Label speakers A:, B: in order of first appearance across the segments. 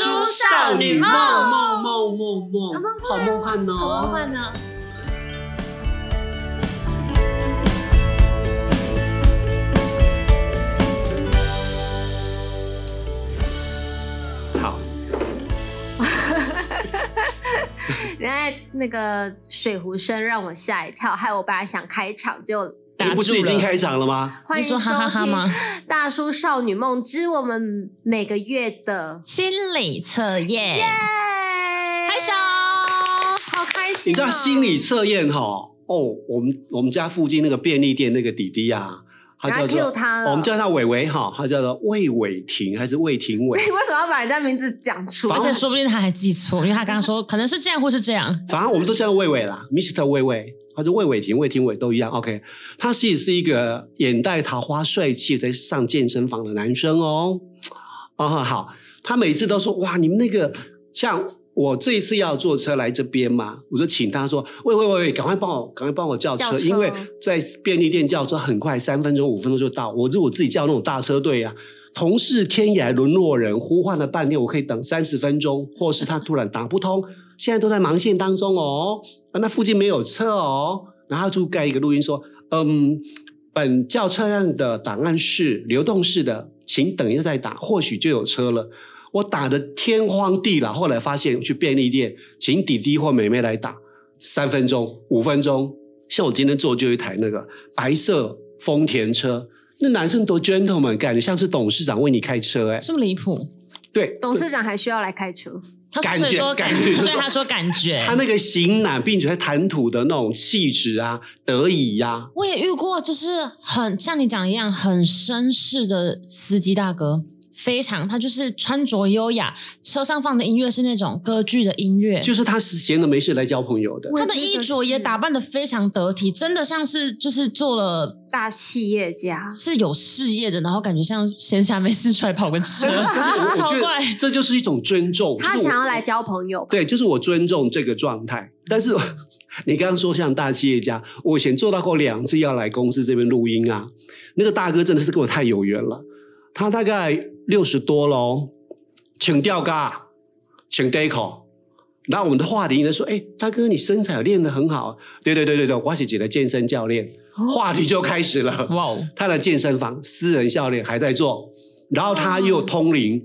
A: 少女梦
B: 梦梦梦
A: 啊
B: 梦
A: 梦，
B: 好梦幻哦！
A: 好梦幻呢。
B: 好，
C: 人家那个水壶声让我吓一跳，害我本来想开场就
B: 你
D: 打
B: 不
D: 住
B: 是已经
D: 了。
B: 开场了吗？
C: 欢
D: 你
C: 迎收
D: 说哈哈哈
C: 听
D: 吗？
C: 《大叔少女梦之我们每个月的
D: 心理测验，》，
C: 拍
D: 拍手。
C: 好开心、
B: 你
C: 哦！
B: 知道心理测验哈？哦，我们我们家附近那个便利店那个弟弟啊，他叫
C: 然后 cue
B: 做哦
C: 他了
B: 我们叫他伟伟哈，他叫做魏伟婷还是魏婷伟？
C: 你为什么要把人家名字讲出来
D: 而？且说不定他还记错，因为他刚刚说可能是这样或是这样。
B: 反正我们都叫他魏伟啦，Mr. 魏伟，或者魏伟婷、魏婷伟都一样。OK，他其实是一个眼带桃花、帅气在上健身房的男生哦。哦，好，他每次都说哇，你们那个像我这一次要坐车来这边嘛，我就请他说，喂喂喂喂，赶快帮我，赶快帮我叫车，
C: 叫车
B: 因为在便利店叫车很快，三分钟五分钟就到。我如果自己叫那种大车队啊。同是天涯沦落人，呼唤了半天，我可以等三十分钟，或是他突然打不通，现在都在忙线当中哦。啊那附近没有车哦，然后他就盖一个录音说，嗯，本轿车辆的档案是流动式的，请等一下再打，或许就有车了。我打的天荒地老，后来发现去便利店请弟弟或妹妹来打，三分钟、五分钟。像我今天坐就有一台那个白色丰田车，那男生多 gentleman，感觉像是董事长为你开车哎、
D: 这么离谱？
B: 对，
C: 董事长还需要来开除，
D: 他
B: 感
D: 所以
B: 觉
D: 说
B: 感 觉
D: 所以他说感觉。
B: 他那个型男，并且他谈吐的那种气质啊、得意呀、
D: 我也遇过，就是很像你讲一样，很绅士的司机大哥，非常他就是穿着优雅，车上放的音乐是那种歌剧的音乐，
B: 就是他是闲的没事来交朋友的。
C: 我也
D: 他的
C: 觉得
D: 衣着也
C: 是
D: 打扮的非常得体，真的像是就是做了
C: 大企业家。
D: 是有事业的，然后感觉像闲暇没事出来跑个车
B: 我我，
D: 超
B: 觉得
D: 怪。
B: 这就是一种尊重，
C: 他
B: 就是我
C: 想要来交朋友吧，
B: 对，就是我尊重这个状态。但是 你刚刚说像大企业家，我以前做到过两次要来公司这边录音啊，那个大哥真的是跟我太有缘了，他大概六十多喽，请吊嘎，请 d 口。然后我们的话题呢说，哎，大哥，你身材练得很好啊，对对对对对，我是姐的健身教练，
C: 哦
B: 话题就开始了。
D: 哇哦！
B: 他的健身房私人教练还在做，然后他又通灵，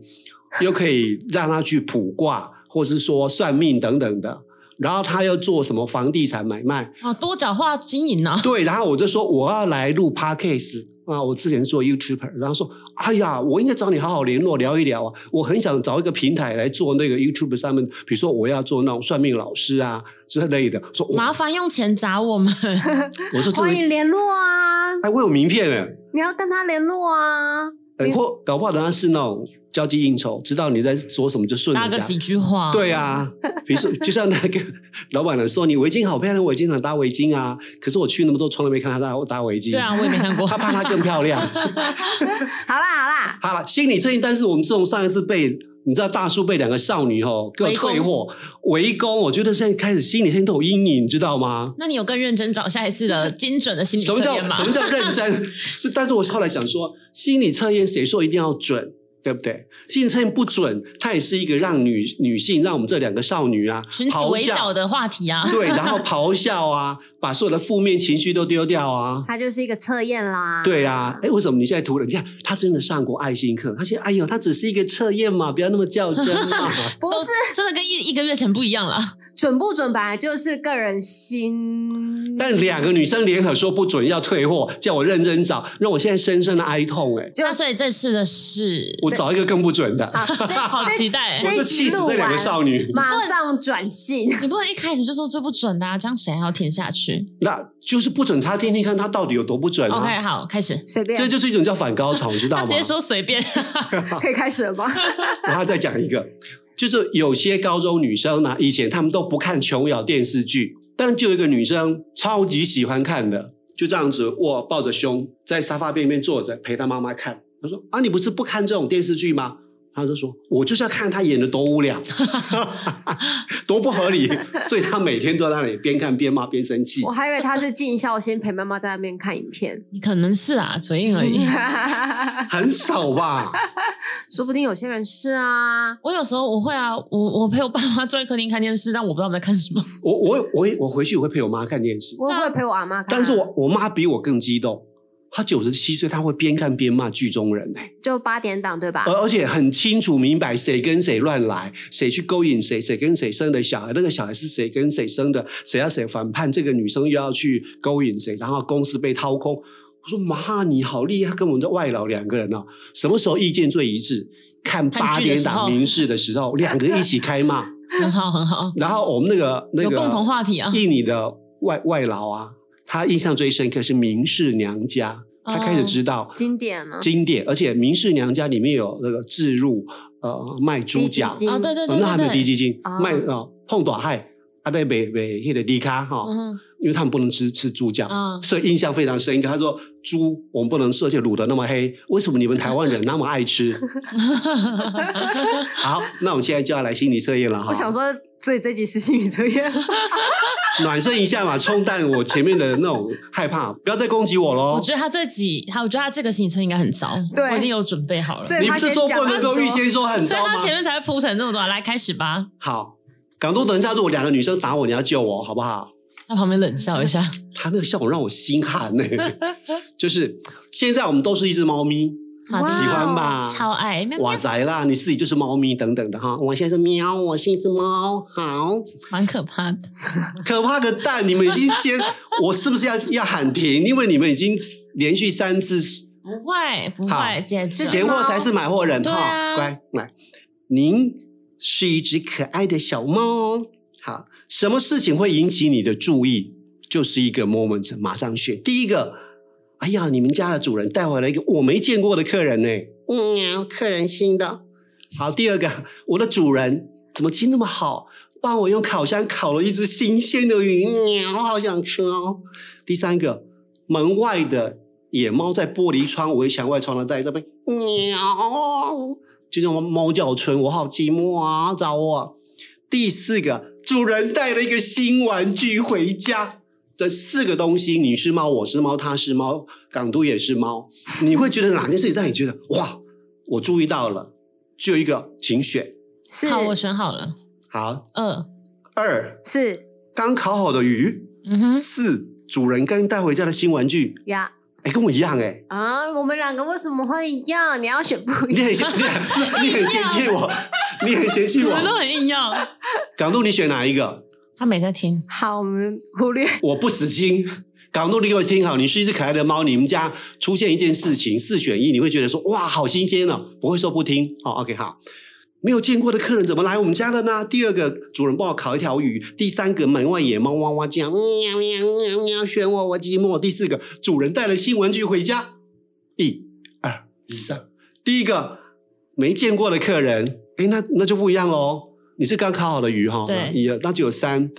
B: 又可以让他去卜卦，或是说算命等等的。然后他又做什么房地产买卖？
D: 啊，多角化经营呢、啊？
B: 对，然后我就说我要来录 podcast 啊，我之前做 YouTuber，然后说，哎呀，我应该找你好好联络聊一聊啊，我很想找一个平台来做那个 YouTube 上面，比如说我要做那种算命老师啊之类的。说我
D: 麻烦用钱砸我们，
B: 我说这个
C: 欢迎联络啊！
B: 还哎会有名片呢、
C: 你要跟他联络啊！
B: 等哎或搞不好人家是那种交际应酬，知道你在说什么就顺
D: 搭
B: 着
D: 个几
B: 讲。
D: 句话。
B: 对啊，比如 说，就像那个老板娘说，你围巾好漂亮，我也经常搭围巾啊。可是我去那么多，从来没看她搭搭围巾。
D: 对啊，我也没看过。
B: 她怕她更漂亮。
C: 好啦好啦，
B: 好了，心理测验，但是我们自从上一次被你知道大叔被两个少女吼给我
D: 围攻
B: 退货围攻，我觉得现在开始心理测验都有阴影，你知道吗？
D: 那你有更认真找下一次的精准的心 理
B: 什
D: 测
B: 么叫
D: 验吗
B: 什？么叫认真？ 是，但是我后来想说，心理测验谁说一定要准，对不对？心理测验不准，它也是一个让女女性，让我们这两个少女啊，
D: 群起
B: 咆
D: 围剿
B: 哮，
D: 的话题啊，
B: 对，然后咆哮 啊，把所有的负面情绪都丢掉啊。
C: 他就是一个测验啦。
B: 对啊，哎，为什么你现在突然？你看，他真的上过爱心课，他现在，哎呦，他只是一个测验嘛，不要那么较真 嘛。
C: 不
D: 都
C: 是
D: 真的跟一一个月前不一样了。
C: 准不准，本来就是个人心。
B: 但两个女生联合说不准要退货，叫我认真找，让我现在深深的哀痛、哎，
C: 就
D: 那所以这次的是，
B: 我找一个更不准的，
D: 啊
C: 好，这
D: 好期待
C: 这。
B: 我就气死这两个少女。
C: 马上转信。
D: 你不能一开始就说最不准的、啊，这样谁还要填下去
B: 那就是不准他听听看他到底有多不准啊。
D: ？OK，好，开始。
C: 随便
B: 这就是一种叫反高潮，你知道
D: 他
B: 吗？
D: 直接说随便，
C: 可以开始 了吧？
B: 然后再讲一个，就是有些高中女生啊呢、以前她们都不看琼瑶电视剧，但就有一个女生超级喜欢看的，就这样子我抱着胸在沙发边边坐着陪她妈妈看。她说：“啊，你不是不看这种电视剧吗？”她就说：“我就是要看她演的多无 聊，多不合理。”所以她每天都在那里边看边骂边生气
C: 我。还以为他是尽孝心陪妈妈在那 边看影片。
D: 可能是啊，嘴硬而已。
B: 很少吧？
C: 说不定有些人是啊，
D: 我有时候我会啊，我我陪我爸妈坐在客厅看电视，但我不知道我们在看什么。
B: 我我我我回去我会陪我妈看电视，
C: 我也会陪我阿妈看啊、
B: 但是我我妈比我更激动。她九十七岁，她会边看边骂剧中人哎、
C: 就八点档对吧？
D: 啊
B: 而而且很清楚明白谁跟谁乱来，谁去勾引谁，谁跟谁生的小孩，那个小孩是谁跟谁生的，谁要谁反叛，这个女生又要去勾引谁，然后公司被掏空。我说妈，你好厉害，跟我们的外老两个人哦，什么时候意见最一致？看八
D: 看剧的
B: 点
D: 时候
B: 档民事的时候，两个一起开骂。
D: 很好，很好，
B: 然后我们那个那个
D: 有共同话题啊
B: 印尼的外外劳啊，他印象最深刻是明氏娘家，他开始知
D: 哦
B: 道
C: 经典啊，
B: 经典，而且明氏娘家里面有那个置入呃卖猪脚，
C: 低基金
D: 啊，对对
B: 哦
D: 对
B: 那还没有低
D: 对对，
B: 基金
C: 哦
B: 卖啊碰啊短害。他在北北迄个低卡哈，
D: 嗯
B: 因为他们不能吃吃猪脚，
D: 嗯
B: 所以印象非常深刻。他说猪我们不能吃，而且卤的那么黑，为什么你们台湾人那么爱吃？ 好，那我们现在就要来心理测验 了哈。
C: 我想说，所以这集是心理测 验，
B: 暖身一下嘛，冲淡我前面的那种害怕，不要再攻击我喽
D: 我。觉得他这集，他我觉得他这个行程应该很糟，
C: 对
D: 我已经有准备好了，
C: 所以
B: 你不是说不能够预先说很
D: 所以
B: 糟吗
D: 他？前面才会铺成这么多啊。来，开始吧。
B: 好，港都，等一下，如果两个女生打我，你要救我好不好？
D: 他旁边冷笑一下，
B: 他那个笑容让我心寒 呢、就是现在我们都是一只猫咪，
D: 好
C: 哇
B: 喜欢吧？
D: 超爱，喵
B: 哇
D: 喵
B: 塞啦，你自己就是猫咪等等的哈。我现在是喵，我是一只猫，好
D: 蛮可怕的。
B: 可怕个蛋！你们已经先，我是不是要要喊停？因为你们已经连续三次
D: 不会，不
B: 好
D: 会，姐姐，
B: 闲货才是买货人
D: 对
B: 哈、
D: 啊
B: 乖来，您是一只可爱的小猫哦。好，什么事情会引起你的注意？就是一个 moment，马上选。第一个，哎呀，你们家的主人带回来一个我没见过的客人呢。嗯，客人新的。好，第二个，我的主人怎么心那么好，帮我用烤箱烤了一只新鲜的鱼，嗯，我好想吃哦。第三个，门外的野猫在玻璃窗、围墙外窗的在这边喵，就像猫叫春，我好寂寞啊，找我。第四个，主人带了一个新玩具回家。这四个东西，你是猫，我是猫，他是猫，港都也是猫，你会觉得哪件事情让你觉得哇，我注意到了？只有一个，请选。
C: 是
D: 好，我选好了，
B: 好，
D: 二，
B: 二
C: 是
B: 刚烤好的鱼，
D: 嗯哼，
B: 四主人刚带回家的新玩具，
C: 呀
B: 哎，跟我一样哎、
C: 啊，我们两个为什么会一样？你要选不一
B: 你
C: 样？
B: 很嫌你很你很嫌弃我，你很嫌弃
D: 你们都
B: 我。
D: 很硬要。
B: 港都，你选哪一个？
D: 他没在听，
C: 好，我们忽略
B: 我不死心。港都，你给我听好，你是一只可爱的猫，你们家出现一件事情四选一，你会觉得说哇，好新鲜哦，不会说不听。好、o k 好。没有见过的客人怎么来我们家了呢？第二个主人帮我烤一条鱼，第三个门外野猫哇哇叫，喵喵喵喵，选我我寂寞。第四个主人带了新玩具回家，一二三，第一个没见过的客人，哎，那那就不一样喽。你是刚烤好的鱼哈、
D: 对
B: 一二，那就有三，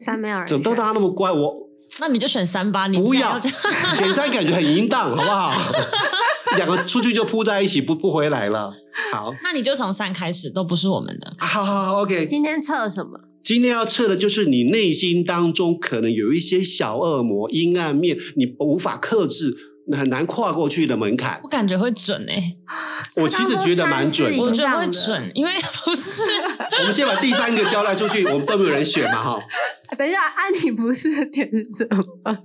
C: 三没有人
B: 怎么都
C: 选
B: 大家那么乖？我
D: 那你就选三吧，你
B: 不
D: 竟然
B: 要
D: 这样
B: 选三，感觉很淫荡，好不好？两个出去就扑在一起，不不回来了。好，啊
D: 那你就从三开始，都不是我们的。
B: 好好好，OK。
C: 今天测什么？
B: 今天要测的就是你内心当中可能有一些小恶魔、阴暗面，你无法克制、很难跨过去的门槛
D: 我。感觉会准诶、
B: 我其实觉得蛮准
C: 他
D: 我
C: 刚刚说三是
B: 的。
D: 觉得会准，因为不 是
B: 我们先把第三个交代出去， 我们都没有人选嘛， 哈。
C: 等一下，按你不是的点是什么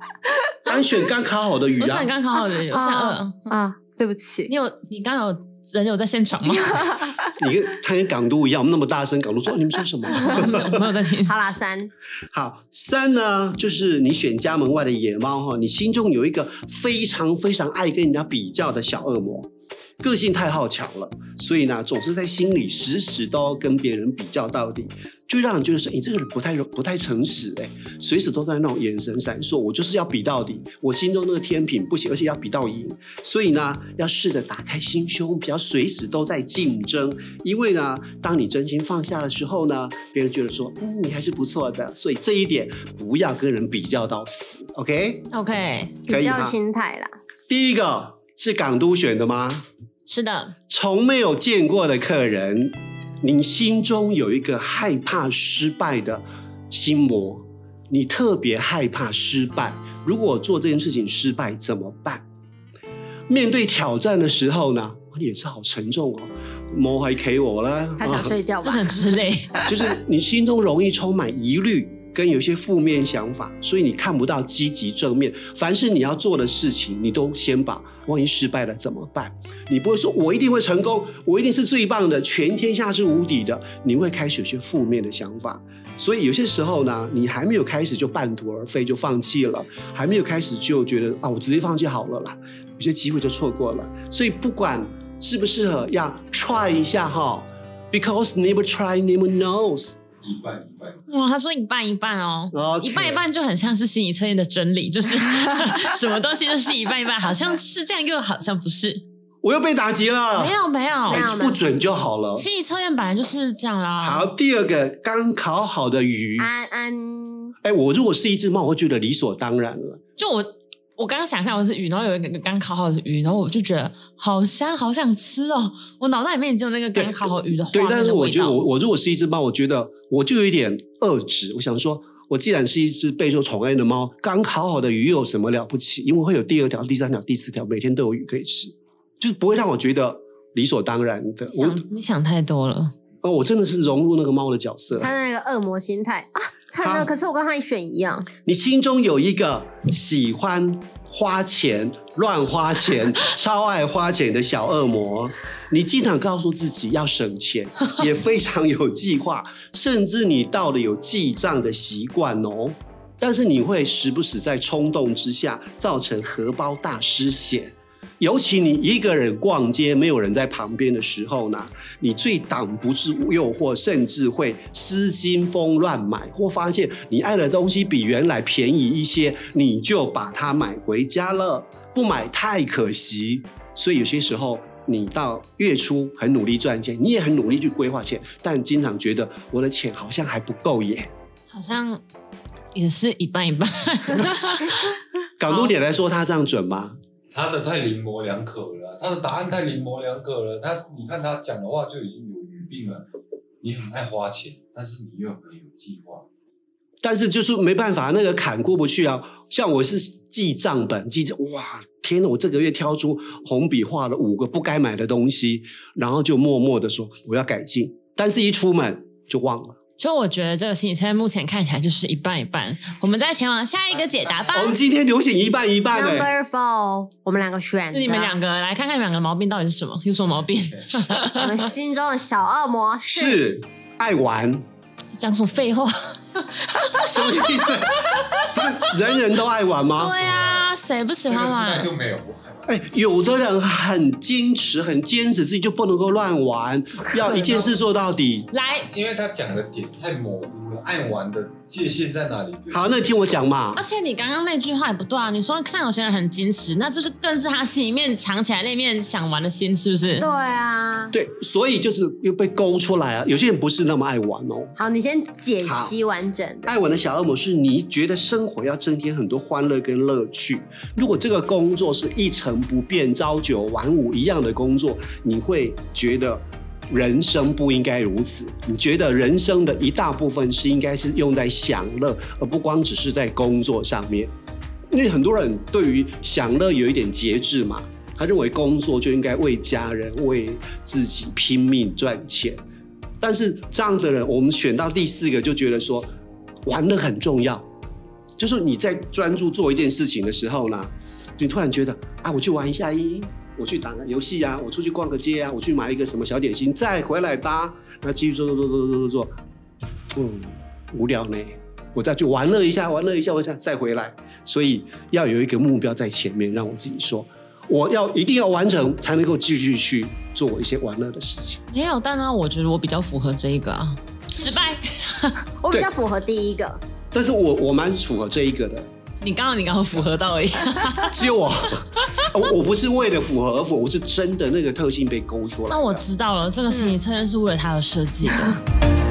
B: 单选刚烤好的鱼
D: 我选
B: 啊，
D: 刚刚好的，我选二。
C: 啊？对不起，
D: 你有你刚有人有在现场吗？
B: 你跟他跟港都一样，我们那么大声，港都说哦你们说什么？
D: 我没有我没有在听。
C: 好啦，三
B: 好，三呢，就是你选家门外的野猫哈，你心中有一个非常非常爱跟人家比较的小恶魔，个性太好强了，所以呢，总是在心里时时都要跟别人比较到底，就让人觉得说，你、这个人不太不太诚实哎、随时都在那种眼神闪烁，我就是要比到底，我心中那个天平不行，而且要比到赢，所以呢，要试着打开心胸，不要随时都在竞争，因为呢，当你真心放下的时候呢，别人觉得说，嗯，你还是不错的，所以这一点不要跟人比较到死，OK？
D: OK，
B: 可
C: 比
B: 以
C: 较
B: 吗？
C: 心态啦，
B: 第一个是港都选的吗？
D: 是的，
B: 从没有见过的客人，你心中有一个害怕失败的心魔，你特别害怕失败。如果做这件事情失败怎么办？面对挑战的时候呢？脸色好沉重哦，摸还给我了。
C: 他想
B: 啊
C: 睡觉吧？
D: 之类。
B: 就是你心中容易充满疑虑，跟有一些负面想法，所以你看不到积极正面。凡是你要做的事情，你都先把万一失败了怎么办？你不会说我一定会成功，我一定是最棒的，全天下是无敌的。你会开始有些负面的想法。所以有些时候呢，你还没有开始就半途而废，就放弃了；还没有开始就觉得啊，我直接放弃好了啦。有些机会就错过了。所以不管适不适合，要 try 一下哈，because never try never knows。
A: 一半一半，
D: 哇，他说一半一半哦
B: OK
D: 一半一半就很像是心理测验的真理，就是 什么东西都是一半一半，好像是这样，又好像不是。
B: 我又被打击了，
D: 没有没有，
C: 没有
B: 不准就好了。
D: 心理测验本来就是这样啦。
B: 好，第二个刚烤好的 鱼，
D: 啊
C: 安安，
B: 哎，我如果是一只猫，我会觉得理所当然了。
D: 就我我刚刚想象我是鱼，然后有一个刚烤好的鱼，然后我就觉得好香，好想吃哦。我脑袋里面只有那个刚烤好鱼的画
B: 对
D: 面，
B: 但是
D: 的
B: 我
D: 味
B: 觉得
D: 道。
B: 我我如果是一只猫，我觉得我就有一点遏制。我想说，我既然是一只备受宠爱的猫，刚烤好的鱼有什么了不起？因为会有第二条、第三条、第四条，每天都有鱼可以吃，就是不会让我觉得理所当然的。我
D: 想你想太多了，
B: 哦，我真的是融入那个猫的角色。
C: 他那个恶魔心态啊，他
B: 他
C: 那可是我跟他选一啊样，
B: 你心中有一个喜欢花钱、乱花钱、超爱花钱的小恶魔，你经常告诉自己要省钱，也非常有计划，甚至你到了有记账的习惯哦。但是你会时不时在冲动之下造成荷包大失血。尤其你一个人逛街，没有人在旁边的时候呢，你最挡不住诱惑，甚至会失心疯乱买，或发现你爱的东西比原来便宜一些，你就把它买回家了。不买太可惜，所以有些时候你到月初很努力赚钱，你也很努力去规划钱，但经常觉得我的钱好像还不够耶。
D: 好像也是一半一半。
B: 港都点来说，他这样准吗？
A: 他的太临摹两可了，啊他的答案太临摹两可了。他你看他讲的话就已经有语病了。你很爱花钱，但是你又很有计划。
B: 但是就是没办法，那个坎过不去啊。像我是记账本，记着哇，天哪！我这个月挑出红笔画了五个不该买的东西，然后就默默的说我要改进，但是一出门就忘了。
D: 就我觉得这个心理测验目前看起来就是一半一半，我们再前往下一个解答吧。
B: 我哦们今天流行一半一半哎、
C: Number Four，我们两个选的，
D: 就你们两个来看看你们两个毛病到底是什么，有什么毛病？
C: 我们心中的小恶魔是
B: 是爱玩，
D: 讲什么废话？
B: 什么意思？ 不是人人都爱玩吗？
D: 对啊，谁不喜
A: 这个
D: 欢
A: 时代
D: 玩
A: 就？没有。
B: 哎，有的人很矜持，很坚持自己就不能够乱玩，要一件事做到底。
D: 来，
A: 因为他讲的点太模糊了，爱玩的界限在哪里？
B: 好，那你听我讲嘛
D: 而。且你刚刚那句话也不对啊！你说像有些人很矜持，那就是更是他心里面藏起来那面想玩的心，是不是
C: 对？啊。
B: 对，所以就是又被勾出来啊。有些人不是那么爱玩哦。
C: 好，你先解析完整的。
B: 爱玩的小恶魔是你觉得生活要增添很多欢乐跟乐趣。如果这个工作是一成不变、朝九晚五一样的工作，你会觉得人生不应该如此。你觉得人生的一大部分是应该是用在享乐，而不光只是在工作上面。因为很多人对于享乐有一点节制嘛，他认为工作就应该为家人、为自己拼命赚钱。但是这样的人，我们选到第四个就觉得说，玩的很重要。就是你在专注做一件事情的时候呢，你突然觉得啊，我去玩一下一，我去打个游戏啊，我出去逛个街啊，我去买一个什么小点心，再回来吧。那继续做做做做做做做，嗯，无聊呢，我再去玩乐一下，玩乐一下，玩一下再回来。所以要有一个目标在前面，让我自己说，我要一定要完成，才能够继续去做我一些玩乐的事情。
D: 没有，但呢，我觉得我比较符合这一个啊，失败。
C: 我比较符合第一个，
B: 但是我我蛮符合这一个的，
D: 你刚好你刚好符合到而已，
B: 只 有我，呃我我不是为了符合而符合，我是真的那个特性被勾出来的。
D: 嗯那我知道了，这个心理测验是为了他而设计的。